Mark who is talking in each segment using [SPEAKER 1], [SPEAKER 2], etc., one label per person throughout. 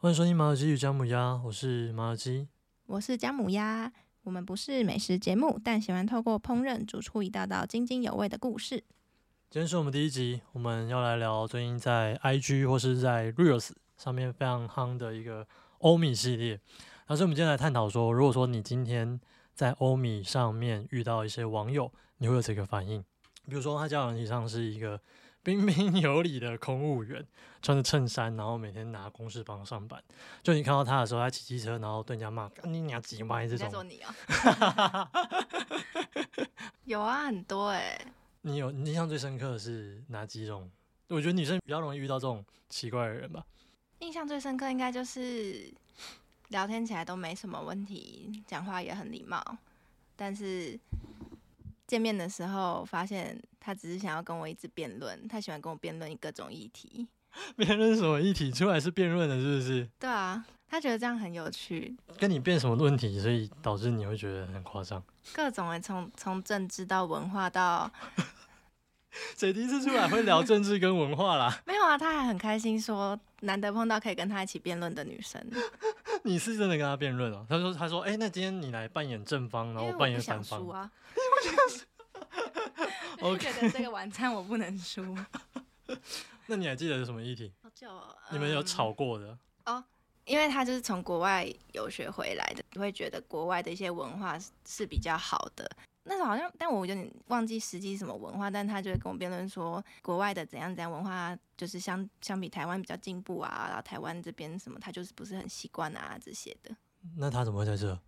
[SPEAKER 1] 欢迎收听马尔基与姜母鸭，我是马尔基。
[SPEAKER 2] 我是姜母鸭，我们不是美食节目，但喜欢透过烹饪煮出一道道津津有味的故事。
[SPEAKER 1] 今天是我们第一集，我们要来聊最近在 IG 或是在 Reels 上面非常夯的一个欧米系列。那所以我们今天来探讨说，如果说你今天在欧米上面遇到一些网友，你会有这个反应。比如说，他交友提上是一个彬彬有礼的空务员，穿着衬衫，然后每天拿公事帮上班。就你看到他的时候，他骑机车，然后对人家骂干你娘几歪这
[SPEAKER 2] 你在说
[SPEAKER 1] 种。
[SPEAKER 2] 你哦、有啊，很多哎、
[SPEAKER 1] 你有你印象最深刻的是哪几种？我觉得女生比较容易遇到这种奇怪的人吧。
[SPEAKER 2] 印象最深刻应该就是聊天起来都没什么问题，讲话也很礼貌，但是见面的时候发现他只是想要跟我一直辩论，他喜欢跟我辩论各种议题。
[SPEAKER 1] 辩论什么议题出来是辩论的，是不是？
[SPEAKER 2] 对啊，他觉得这样很有趣，
[SPEAKER 1] 跟你辩什么问题，所以导致你会觉得很夸张。
[SPEAKER 2] 各种哎、从从政治到文化到
[SPEAKER 1] 谁第一次出来会聊政治跟文化啦？
[SPEAKER 2] 没有啊，他还很开心说，难得碰到可以跟他一起辩论的女生，
[SPEAKER 1] 你是真的跟他辩论哦？他说他说哎、那今天你来扮演正方，然后
[SPEAKER 2] 因为
[SPEAKER 1] 扮
[SPEAKER 2] 我
[SPEAKER 1] 演
[SPEAKER 2] 不
[SPEAKER 1] 反
[SPEAKER 2] 想
[SPEAKER 1] 方
[SPEAKER 2] 输。啊。
[SPEAKER 1] 我
[SPEAKER 2] 我
[SPEAKER 1] 就
[SPEAKER 2] 就觉得这个晚餐我不能输。
[SPEAKER 1] 那你还记得有什么议题？
[SPEAKER 2] 就、
[SPEAKER 1] 你
[SPEAKER 2] 嗯
[SPEAKER 1] 们有吵过的？
[SPEAKER 2] 因为他就是从国外游学回来的，会觉得国外的一些文化是是比较好的。那时候好像，但我有点忘记实际什么文化，但他就会跟我辩论说，国外的怎样怎样文化，就是相相比台湾比较进步啊，然后台湾这边什么，他就是不是很习惯啊这些的。
[SPEAKER 1] 那他怎么会在这？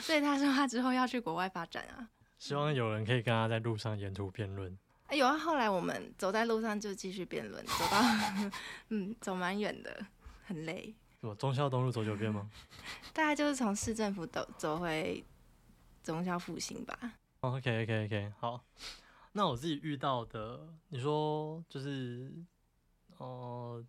[SPEAKER 2] 所以他说他之后要去国外发展啊。
[SPEAKER 1] 希望有人可以跟他在路上沿途辩论。
[SPEAKER 2] 哎有啊，后来我们走在路上就继续辩论，走到 嗯走蛮远的，很累。
[SPEAKER 1] 什么忠孝东路走九遍吗？
[SPEAKER 2] 大概就是从市政府走走回中校复兴吧。
[SPEAKER 1] OK OK OK，好。那我自己遇到的，你说就是，呃，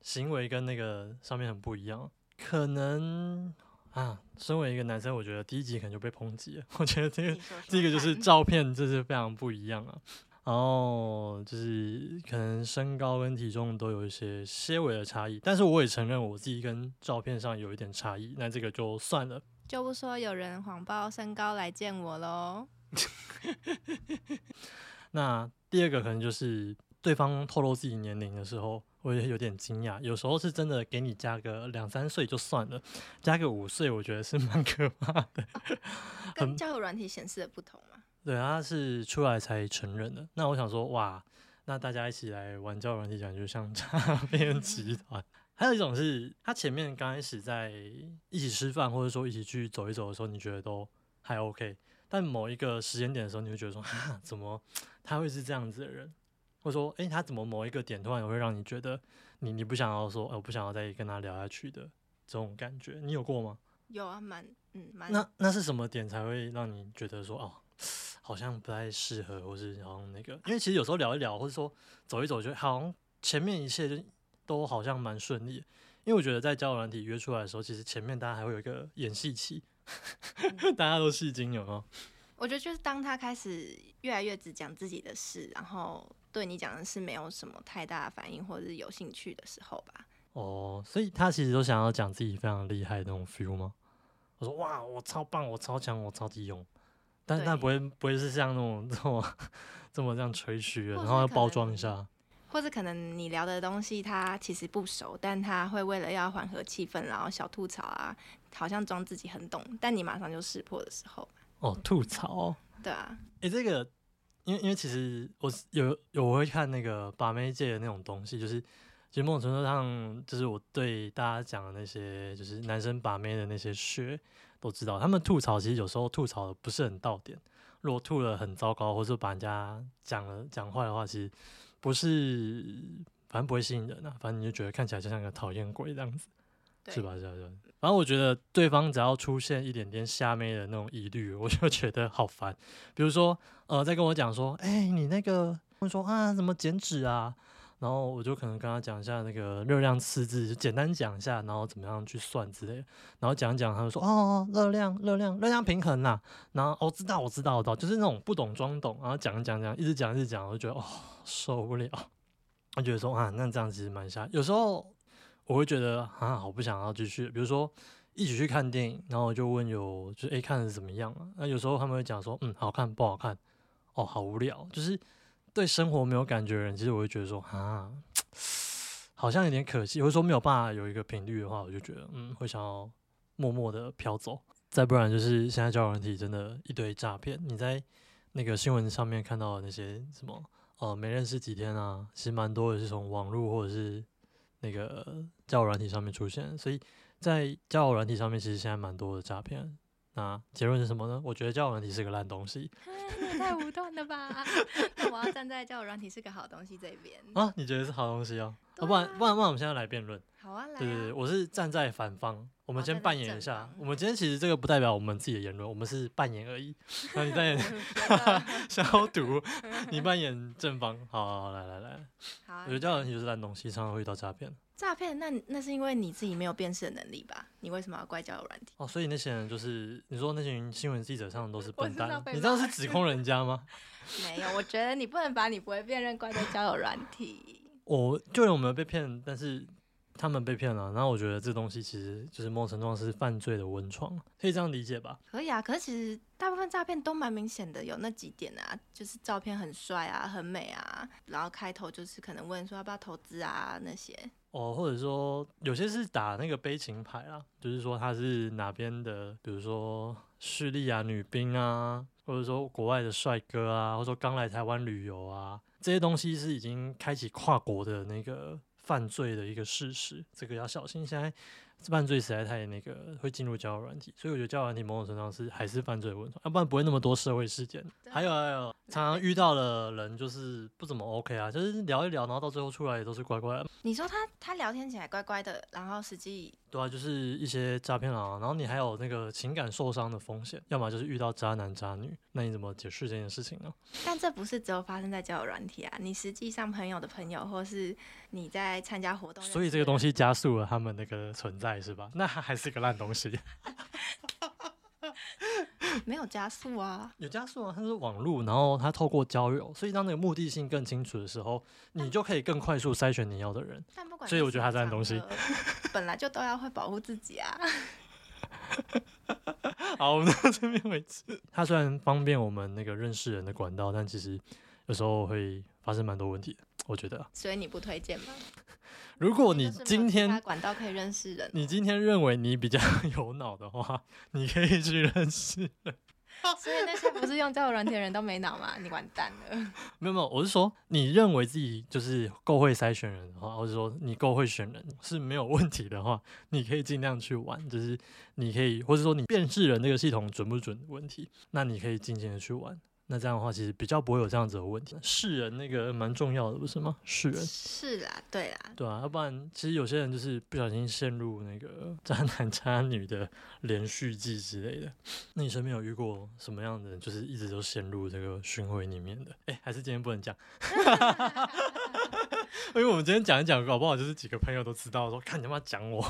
[SPEAKER 1] 行为跟那个上面很不一样，可能啊，身为一个男生，我觉得第一集可能就被抨击了。我觉得 这个
[SPEAKER 2] 你说说
[SPEAKER 1] 第一个就是
[SPEAKER 2] 看
[SPEAKER 1] 照片，这是非常不一样啊。然后就是可能身高跟体重都有一些些微的差异，但是我也承认我自己跟照片上有一点差异，那这个就算了。
[SPEAKER 2] 就不说有人谎报身高来见我喽。
[SPEAKER 1] 那第二个可能就是对方透露自己年龄的时候，我也有点惊讶。有时候是真的给你加个两三岁就算了，加个五岁，我觉得是蛮可怕的。
[SPEAKER 2] 跟交友软体显示的不同嘛，
[SPEAKER 1] 对，他是出来才承认的。那我想说，哇，那大家一起来玩交友软体，感觉像诈骗集团。还有一种是，他前面刚开始在一起吃饭，或者说一起去走一走的时候，你觉得都还 OK，但某一个时间点的时候，你会觉得说，哈、怎么他会是这样子的人？或者说，诶，他怎么某一个点突然会让你觉得你你不想要说，哎、我不想要再跟他聊下去的这种感觉，你有过吗？
[SPEAKER 2] 有啊，蛮嗯蛮
[SPEAKER 1] 那那是什么点才会让你觉得说哦，好像不太适合，或是好像那个？因为其实有时候聊一聊，或者说走一走，就好像前面一切就都好像蛮顺利的。因为我觉得在交友软体约出来的时候，其实前面大家还会有一个演戏期，
[SPEAKER 2] 嗯
[SPEAKER 1] 大家都戏精有没有？
[SPEAKER 2] 我觉得就是当他开始越来越只讲自己的事，然后对你讲的事没有什么太大的反应或者是有兴趣的时候吧。
[SPEAKER 1] 哦，所以他其实都想要讲自己非常厉害的那种 feel 吗？我说哇，我超棒，我超强，我超级勇，但但
[SPEAKER 2] 对
[SPEAKER 1] 不会不会是像那种这么这么这样吹嘘的，
[SPEAKER 2] 或
[SPEAKER 1] 然
[SPEAKER 2] 是
[SPEAKER 1] 后要
[SPEAKER 2] 可
[SPEAKER 1] 包装一
[SPEAKER 2] 能
[SPEAKER 1] 下。
[SPEAKER 2] 或者可能你聊的东西他其实不熟，但他会为了要缓和气氛，然后小吐槽啊，好像装自己很懂，但你马上就识破的时候，
[SPEAKER 1] 哦，吐槽。
[SPEAKER 2] 对啊，
[SPEAKER 1] 诶，这个，因为因为其实我是有有我会看那个把妹界的那种东西，就是其实某种程度上，就是我对大家讲的那些，就是男生把妹的那些学都知道，他们吐槽其实有时候吐槽的不是很到点，如果吐的很糟糕，或者把人家讲了讲坏的话，其实不是，反正不会吸引人啊，反正你就觉得看起来就像个讨厌鬼这样子。
[SPEAKER 2] 对
[SPEAKER 1] 是吧？是吧？是吧？反正我觉得对方只要出现一点点虾妹的那种疑虑，我就觉得好烦。比如说，呃，在跟我讲说，哎、你那个，我说啊，怎么减脂啊？然后我就可能跟他讲一下那个热量赤字，就简单讲一下，然后怎么样去算之类的。然后讲一讲，他就说，哦，热量，热量，热量平衡啦。然后哦，知道，我知道，我知道，就是那种不懂装懂，然后讲一讲讲，一直讲一直讲，我就觉得哦，受不了。我觉得说啊，那这样其实蛮吓。有时候我会觉得啊，好不想要继续。比如说一起去看电影，然后我就问有就是哎、诶看的怎么样啊？那有时候他们会讲说嗯好看不好看，哦好无聊，就是对生活没有感觉的人，其实我会觉得说啊，好像有点可惜。或者说没有办法有一个频率的话，我就觉得嗯会想要默默的飘走。再不然就是现在交友软体真的一堆诈骗，你在那个新闻上面看到的那些什么。呃，没认识几天啊，其实蛮多的是从网络或者是那个呃交友软体上面出现的，所以在交友软体上面，其实现在蛮多的诈骗。那结论是什么呢？我觉得交友软体是个烂东西
[SPEAKER 2] 你也太武断了吧？ 那我要站在交友软体是个好东西这一边。
[SPEAKER 1] 啊！你觉得是好东西哦？啊
[SPEAKER 2] 对
[SPEAKER 1] 不然
[SPEAKER 2] 啊
[SPEAKER 1] 不然不然，我们现在来辩论。
[SPEAKER 2] 好啊，来
[SPEAKER 1] 对对对，
[SPEAKER 2] 啊，
[SPEAKER 1] 我是站在反方，我们
[SPEAKER 2] 好
[SPEAKER 1] 先
[SPEAKER 2] 哦站在
[SPEAKER 1] 扮演一
[SPEAKER 2] 正
[SPEAKER 1] 下
[SPEAKER 2] 方。
[SPEAKER 1] 我们今天其实这个不代表我们自己的言论，我们是扮演而已。那你扮演
[SPEAKER 2] 我觉得
[SPEAKER 1] 消毒，你扮演正方。好好好，来来来，
[SPEAKER 2] 好啊
[SPEAKER 1] 我觉得交友软体就是烂东西，常常会遇到诈骗。
[SPEAKER 2] 诈骗，那那是因为你自己没有辨识的能力吧？你为什么要怪交友软体？
[SPEAKER 1] 哦，所以那些人就是你说那群新闻记者上都是
[SPEAKER 2] 我
[SPEAKER 1] 笨
[SPEAKER 2] 知道
[SPEAKER 1] 蛋，
[SPEAKER 2] 被
[SPEAKER 1] 你这样
[SPEAKER 2] 骂
[SPEAKER 1] 是指控人家吗？
[SPEAKER 2] 没有，我觉得你不能把你不会辨认怪在交友软体。
[SPEAKER 1] 我就有我们被骗，但是他们被骗了，然后我觉得这东西其实就是某种程度上是犯罪的温床，可以这样理解吧？
[SPEAKER 2] 可以啊，可是其实大部分诈骗都蛮明显的，有那几点啊，就是照片很帅啊，很美啊，然后开头就是可能问说要不要投资啊那些，
[SPEAKER 1] 哦，或者说有些是打那个悲情牌啦，就是说他是哪边的，比如说叙利亚女兵啊，或者说国外的帅哥啊，或者说刚来台湾旅游啊，这些东西是已经开启跨国的那个犯罪的一个事实，这个要小心。现在犯罪实在太那个会进入交友软体，所以我觉得交友软体某种程度上是还是犯罪的问题，要、不然不会那么多社会事件。
[SPEAKER 2] 啊
[SPEAKER 1] 还有还有，常常遇到的人就是不怎么 OK 啊，就是聊一聊，然后到最后出来也都是乖乖的
[SPEAKER 2] 你说他他聊天起来乖乖的，然后实际
[SPEAKER 1] 对啊，就是一些诈骗啊，然后你还有那个情感受伤的风险，要么就是遇到渣男渣女，那你怎么解释这件事情呢？
[SPEAKER 2] 但这不是只有发生在交友软体啊，你实际上朋友的朋友，或是你在参加活动，
[SPEAKER 1] 所以这个东西加速了他们那个存在，是吧？那它还是个烂东西。
[SPEAKER 2] 没有加速啊。
[SPEAKER 1] 有加速啊，它是网络，然后它透过交友，所以当那个目的性更清楚的时候，你就可以更快速筛选你要的人。
[SPEAKER 2] 但不管是
[SPEAKER 1] 所以
[SPEAKER 2] 什么场合，
[SPEAKER 1] 我觉得他在烂东西
[SPEAKER 2] 本来就都要会保护自己啊。
[SPEAKER 1] 好，我们到这边为止。它虽然方便我们那个认识人的管道，但其实有时候会发生蛮多问题的，我觉得啊。
[SPEAKER 2] 所以你不推荐吗？
[SPEAKER 1] 如果
[SPEAKER 2] 就
[SPEAKER 1] 你
[SPEAKER 2] 是没有
[SPEAKER 1] 今
[SPEAKER 2] 其
[SPEAKER 1] 天
[SPEAKER 2] 他管道可以认识人，
[SPEAKER 1] 你今天认为你比较 有脑的话，你可以去认识。
[SPEAKER 2] 所以那些不是用交友软体的人都没脑嘛？你完蛋了。
[SPEAKER 1] 没有没有，我是说，你认为自己就是够会筛选人的话，或者说你够会选人是没有问题的话，你可以尽量去玩，就是你可以，或者说你辨识人这个系统准不准的问题， 那你可以尽情的去玩。那这样的话，其实比较不会有这样子的问题。识人那个蛮重要的，不是吗？识人，
[SPEAKER 2] 是啦，对啦，
[SPEAKER 1] 对啊，要不然其实有些人就是不小心陷入那个 渣男渣女的连续剧之类的。那你身边有遇过什么样的人，就是一直都陷入这个巡回里面的？哎，还是今天不能讲， 因为我们今天讲一讲，搞不好就是几个朋友都知道说，看你要不要讲我。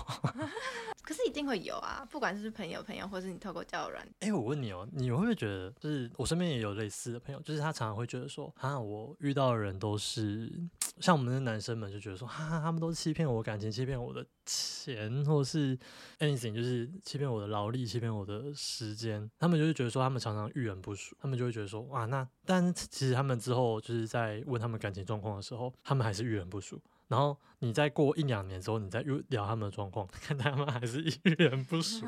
[SPEAKER 2] 可是一定会有啊，不管是不是朋友朋友，或是你透过交友软 体，
[SPEAKER 1] 哎，我问你哦，你会不会觉得，就是我身边也有类似的朋友，就是他常常会觉得说，啊，我遇到的人都是像我们的男生们就觉得说，哈、哈，他们都是欺骗我的感情，欺骗我的钱，或者是 anything，就是欺骗我的劳力，欺骗我的时间。他们就会觉得说，他们常常遇人不淑，他们就会觉得说，哇，那但是其实他们之后就是在问他们感情状况的时候，他们还是遇人不淑。然后你再过一两年之后，你再又聊他们的状况， 看他们还是遇人不淑。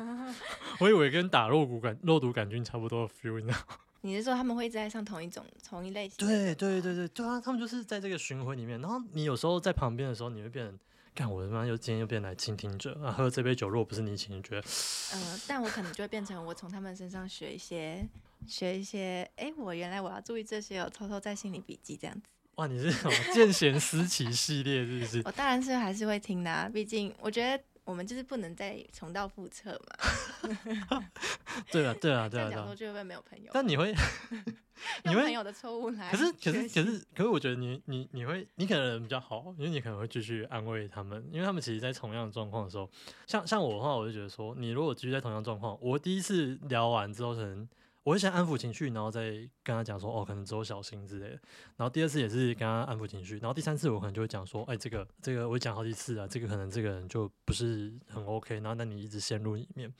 [SPEAKER 1] 我以为跟打肉毒杆肉毒杆菌差不多的 feel，你知道吗？
[SPEAKER 2] 你是说他们会一直爱上同一种同一类型？
[SPEAKER 1] 对对对对对啊！他们就是在这个循环里面，然后你有时候在旁边的时候，你会变成，干我他妈又今天又变来倾听者啊！喝这杯酒，如果不是你请，你觉得
[SPEAKER 2] 嗯，但我可能就会变成我从他们身上学一些，学一些，哎、我原来我要注意这些哦，我偷偷在心里笔记这样子。
[SPEAKER 1] 哇，你是什么见贤思齐系列是不是？
[SPEAKER 2] 我当然是还是会听的、啊，毕竟我觉得我们就是不能再重蹈覆辙嘛。
[SPEAKER 1] 对啊对啊
[SPEAKER 2] 这
[SPEAKER 1] 对啊
[SPEAKER 2] 样
[SPEAKER 1] 对
[SPEAKER 2] 讲
[SPEAKER 1] 啊
[SPEAKER 2] 说！就会不会没有朋友，
[SPEAKER 1] 但你会，你
[SPEAKER 2] 用朋
[SPEAKER 1] 会，
[SPEAKER 2] 友的错误来
[SPEAKER 1] 可是可是
[SPEAKER 2] 学习。
[SPEAKER 1] 可是可是，我觉得你你你会，你可能比较好，因为你可能会继续安慰他们，因为他们其实，在同样的状况的时候，像像我的话，我就觉得说，你如果继续在同样的状况，我第一次聊完之后，可能我会先安抚情绪，然后再跟他讲说，哦，可能只有小心之类的。然后第二次也是跟他安抚情绪，然后第三次我可能就会讲说，哎，这个这个我讲好几次啊了，这个可能这个人就不是很 OK，然后那你一直陷入里面，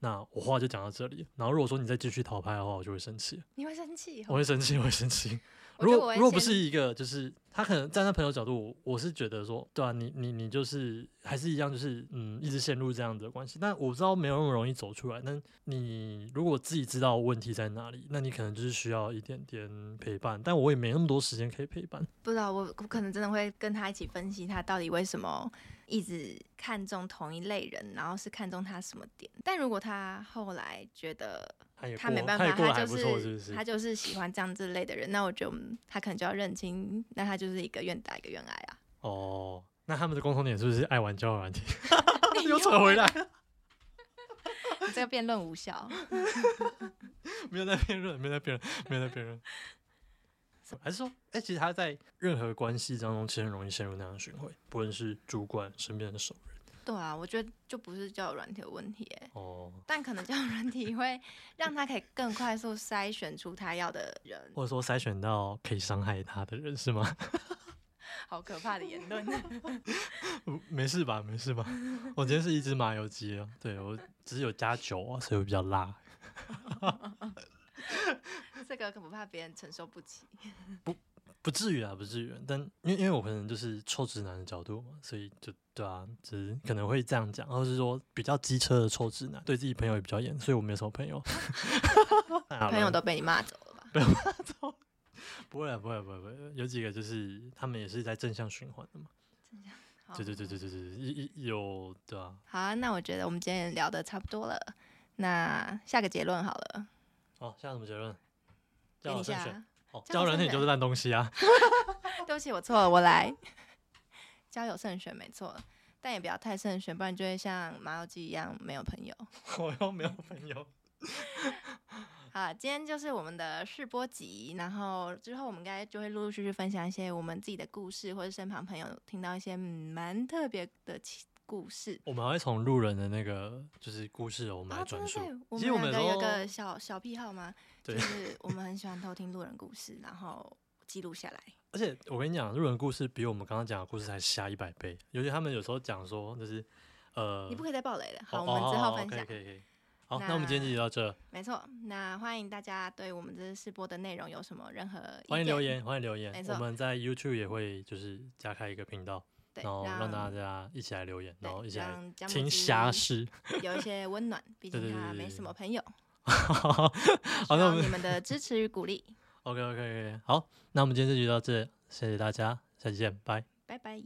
[SPEAKER 1] 那我话就讲到这里。然后如果说你再继续逃拍的话，我就会生气，
[SPEAKER 2] 你会生气哦？
[SPEAKER 1] 我会生气，我会生气。
[SPEAKER 2] 我
[SPEAKER 1] 如
[SPEAKER 2] 觉得我
[SPEAKER 1] 果
[SPEAKER 2] 会
[SPEAKER 1] 如果不
[SPEAKER 2] 先
[SPEAKER 1] 是一个，就是他可能站在朋友角度，我是觉得说，对啊，你你你就是还是一样，就是嗯，一直陷入这样的关系。但我知道没有那么容易走出来。但你如果自己知道问题在哪里，那你可能就是需要一点点陪伴。但我也没那么多时间可以陪伴。
[SPEAKER 2] 不知道我我可能真的会跟他一起分析他到底为什么一直看中同一类人，然后是看中他什么点。但如果他后来觉得
[SPEAKER 1] 他也
[SPEAKER 2] 他
[SPEAKER 1] 过
[SPEAKER 2] 没办
[SPEAKER 1] 他
[SPEAKER 2] 法，
[SPEAKER 1] 也过得
[SPEAKER 2] 他
[SPEAKER 1] 还
[SPEAKER 2] 就
[SPEAKER 1] 不错，是不
[SPEAKER 2] 他
[SPEAKER 1] 是？
[SPEAKER 2] 就是喜欢这样之类的人，那我觉得我们他可能就要认清，那他就是一个愿打一个愿挨啊。
[SPEAKER 1] 哦，那他们的共同点是不是爱玩交友软 体？又
[SPEAKER 2] 又
[SPEAKER 1] 扯回来，
[SPEAKER 2] 你这个辩论无效。
[SPEAKER 1] 没有在辩论，没有在辩论，没有在辩论。还是说，哎、其实他在任何关系当中，其实很容易陷入那样的循环，不论是主管、身边的熟人。
[SPEAKER 2] 对啊，我觉得就不是交友软体的问题、欸，
[SPEAKER 1] 哦，
[SPEAKER 2] 但可能交友软体会让他可以更快速筛选出他要的人。
[SPEAKER 1] 或者说筛选到可以伤害他的人是吗？
[SPEAKER 2] 好可怕的言 论。
[SPEAKER 1] 没事吧，没事吧。我今天是一只麻油鸡啊，对我只是有加酒啊，所以我比较辣。
[SPEAKER 2] 这个可不怕别人承受不起。
[SPEAKER 1] 不至于啊，不至于啊。但因为因为我可能就是臭直男的角度嘛，所以就对啊，只是可能会这样讲，或是说比较机车的臭直男，对自己朋友也比较严，所以我没有什么朋 友。
[SPEAKER 2] 朋友都被你骂走了吧？
[SPEAKER 1] 不会啊，不会啊，不会，不会。有几个就是他们也是在正向循环的嘛。
[SPEAKER 2] 好
[SPEAKER 1] 对对对对对对，一一有对啊。
[SPEAKER 2] 好啊，那我觉得我们今天聊的差不多了，那下个结论好了，
[SPEAKER 1] 哦，下什么结论？
[SPEAKER 2] 给
[SPEAKER 1] 交友
[SPEAKER 2] 你
[SPEAKER 1] 慎
[SPEAKER 2] 下
[SPEAKER 1] 选。
[SPEAKER 2] 啊。
[SPEAKER 1] 哦，
[SPEAKER 2] 交
[SPEAKER 1] 交
[SPEAKER 2] 友
[SPEAKER 1] 友软
[SPEAKER 2] 慎
[SPEAKER 1] 体就是
[SPEAKER 2] 选
[SPEAKER 1] 烂东西啊。
[SPEAKER 2] 对不起，我错了，我来。 交友慎选没错，但也不要太慎选，不然就会像麻油鸡一样没有朋友。
[SPEAKER 1] 我又没有朋友。嗯
[SPEAKER 2] 好啊，今天就是我们的试播集，然后之后我们应该就会陆陆续续分享一些我们自己的故事，或者身旁朋友听到一些嗯蛮特别的奇故事。
[SPEAKER 1] 我们还会从路人的那个就是故事，哦我们来
[SPEAKER 2] 啊，对
[SPEAKER 1] 转
[SPEAKER 2] 对
[SPEAKER 1] 述。
[SPEAKER 2] 对，我
[SPEAKER 1] 其实我
[SPEAKER 2] 们
[SPEAKER 1] 们
[SPEAKER 2] 两个有
[SPEAKER 1] 都
[SPEAKER 2] 个小小癖好嘛，就
[SPEAKER 1] 对
[SPEAKER 2] 是我们很喜欢偷听路人故事，然后记 录下来。
[SPEAKER 1] 而且我跟你讲，路人故事比我们刚刚讲的故事还瞎一百倍。尤其他们有时候讲说，就是呃，
[SPEAKER 2] 你不可以再暴雷了，好，
[SPEAKER 1] 哦
[SPEAKER 2] 我们之后
[SPEAKER 1] 哦哦
[SPEAKER 2] 分
[SPEAKER 1] 哦
[SPEAKER 2] 享。
[SPEAKER 1] 可以可以可以。好，那我们今天就到这，
[SPEAKER 2] 没错，那欢迎大家对我们这次试播的内容有什么任何意
[SPEAKER 1] 欢迎留
[SPEAKER 2] 见，
[SPEAKER 1] 言，欢迎留
[SPEAKER 2] 没
[SPEAKER 1] 言。
[SPEAKER 2] 错
[SPEAKER 1] 我们在 YouTube 也会就是加开一个频道，
[SPEAKER 2] 对，
[SPEAKER 1] 然后让大
[SPEAKER 2] 对
[SPEAKER 1] 家一起来留言，然后一起来
[SPEAKER 2] 让姜母
[SPEAKER 1] 听
[SPEAKER 2] 鸡
[SPEAKER 1] 瞎事。
[SPEAKER 2] 有一些 温暖，毕
[SPEAKER 1] 对
[SPEAKER 2] 竟
[SPEAKER 1] 对
[SPEAKER 2] 他
[SPEAKER 1] 对
[SPEAKER 2] 没
[SPEAKER 1] 对
[SPEAKER 2] 什么朋友。
[SPEAKER 1] 好
[SPEAKER 2] 需
[SPEAKER 1] 那我
[SPEAKER 2] 要
[SPEAKER 1] 们
[SPEAKER 2] 你们的支持与鼓励，
[SPEAKER 1] OK OK OK，好，那我们今天这集就到这，谢谢大家，下期见，拜。
[SPEAKER 2] 拜拜。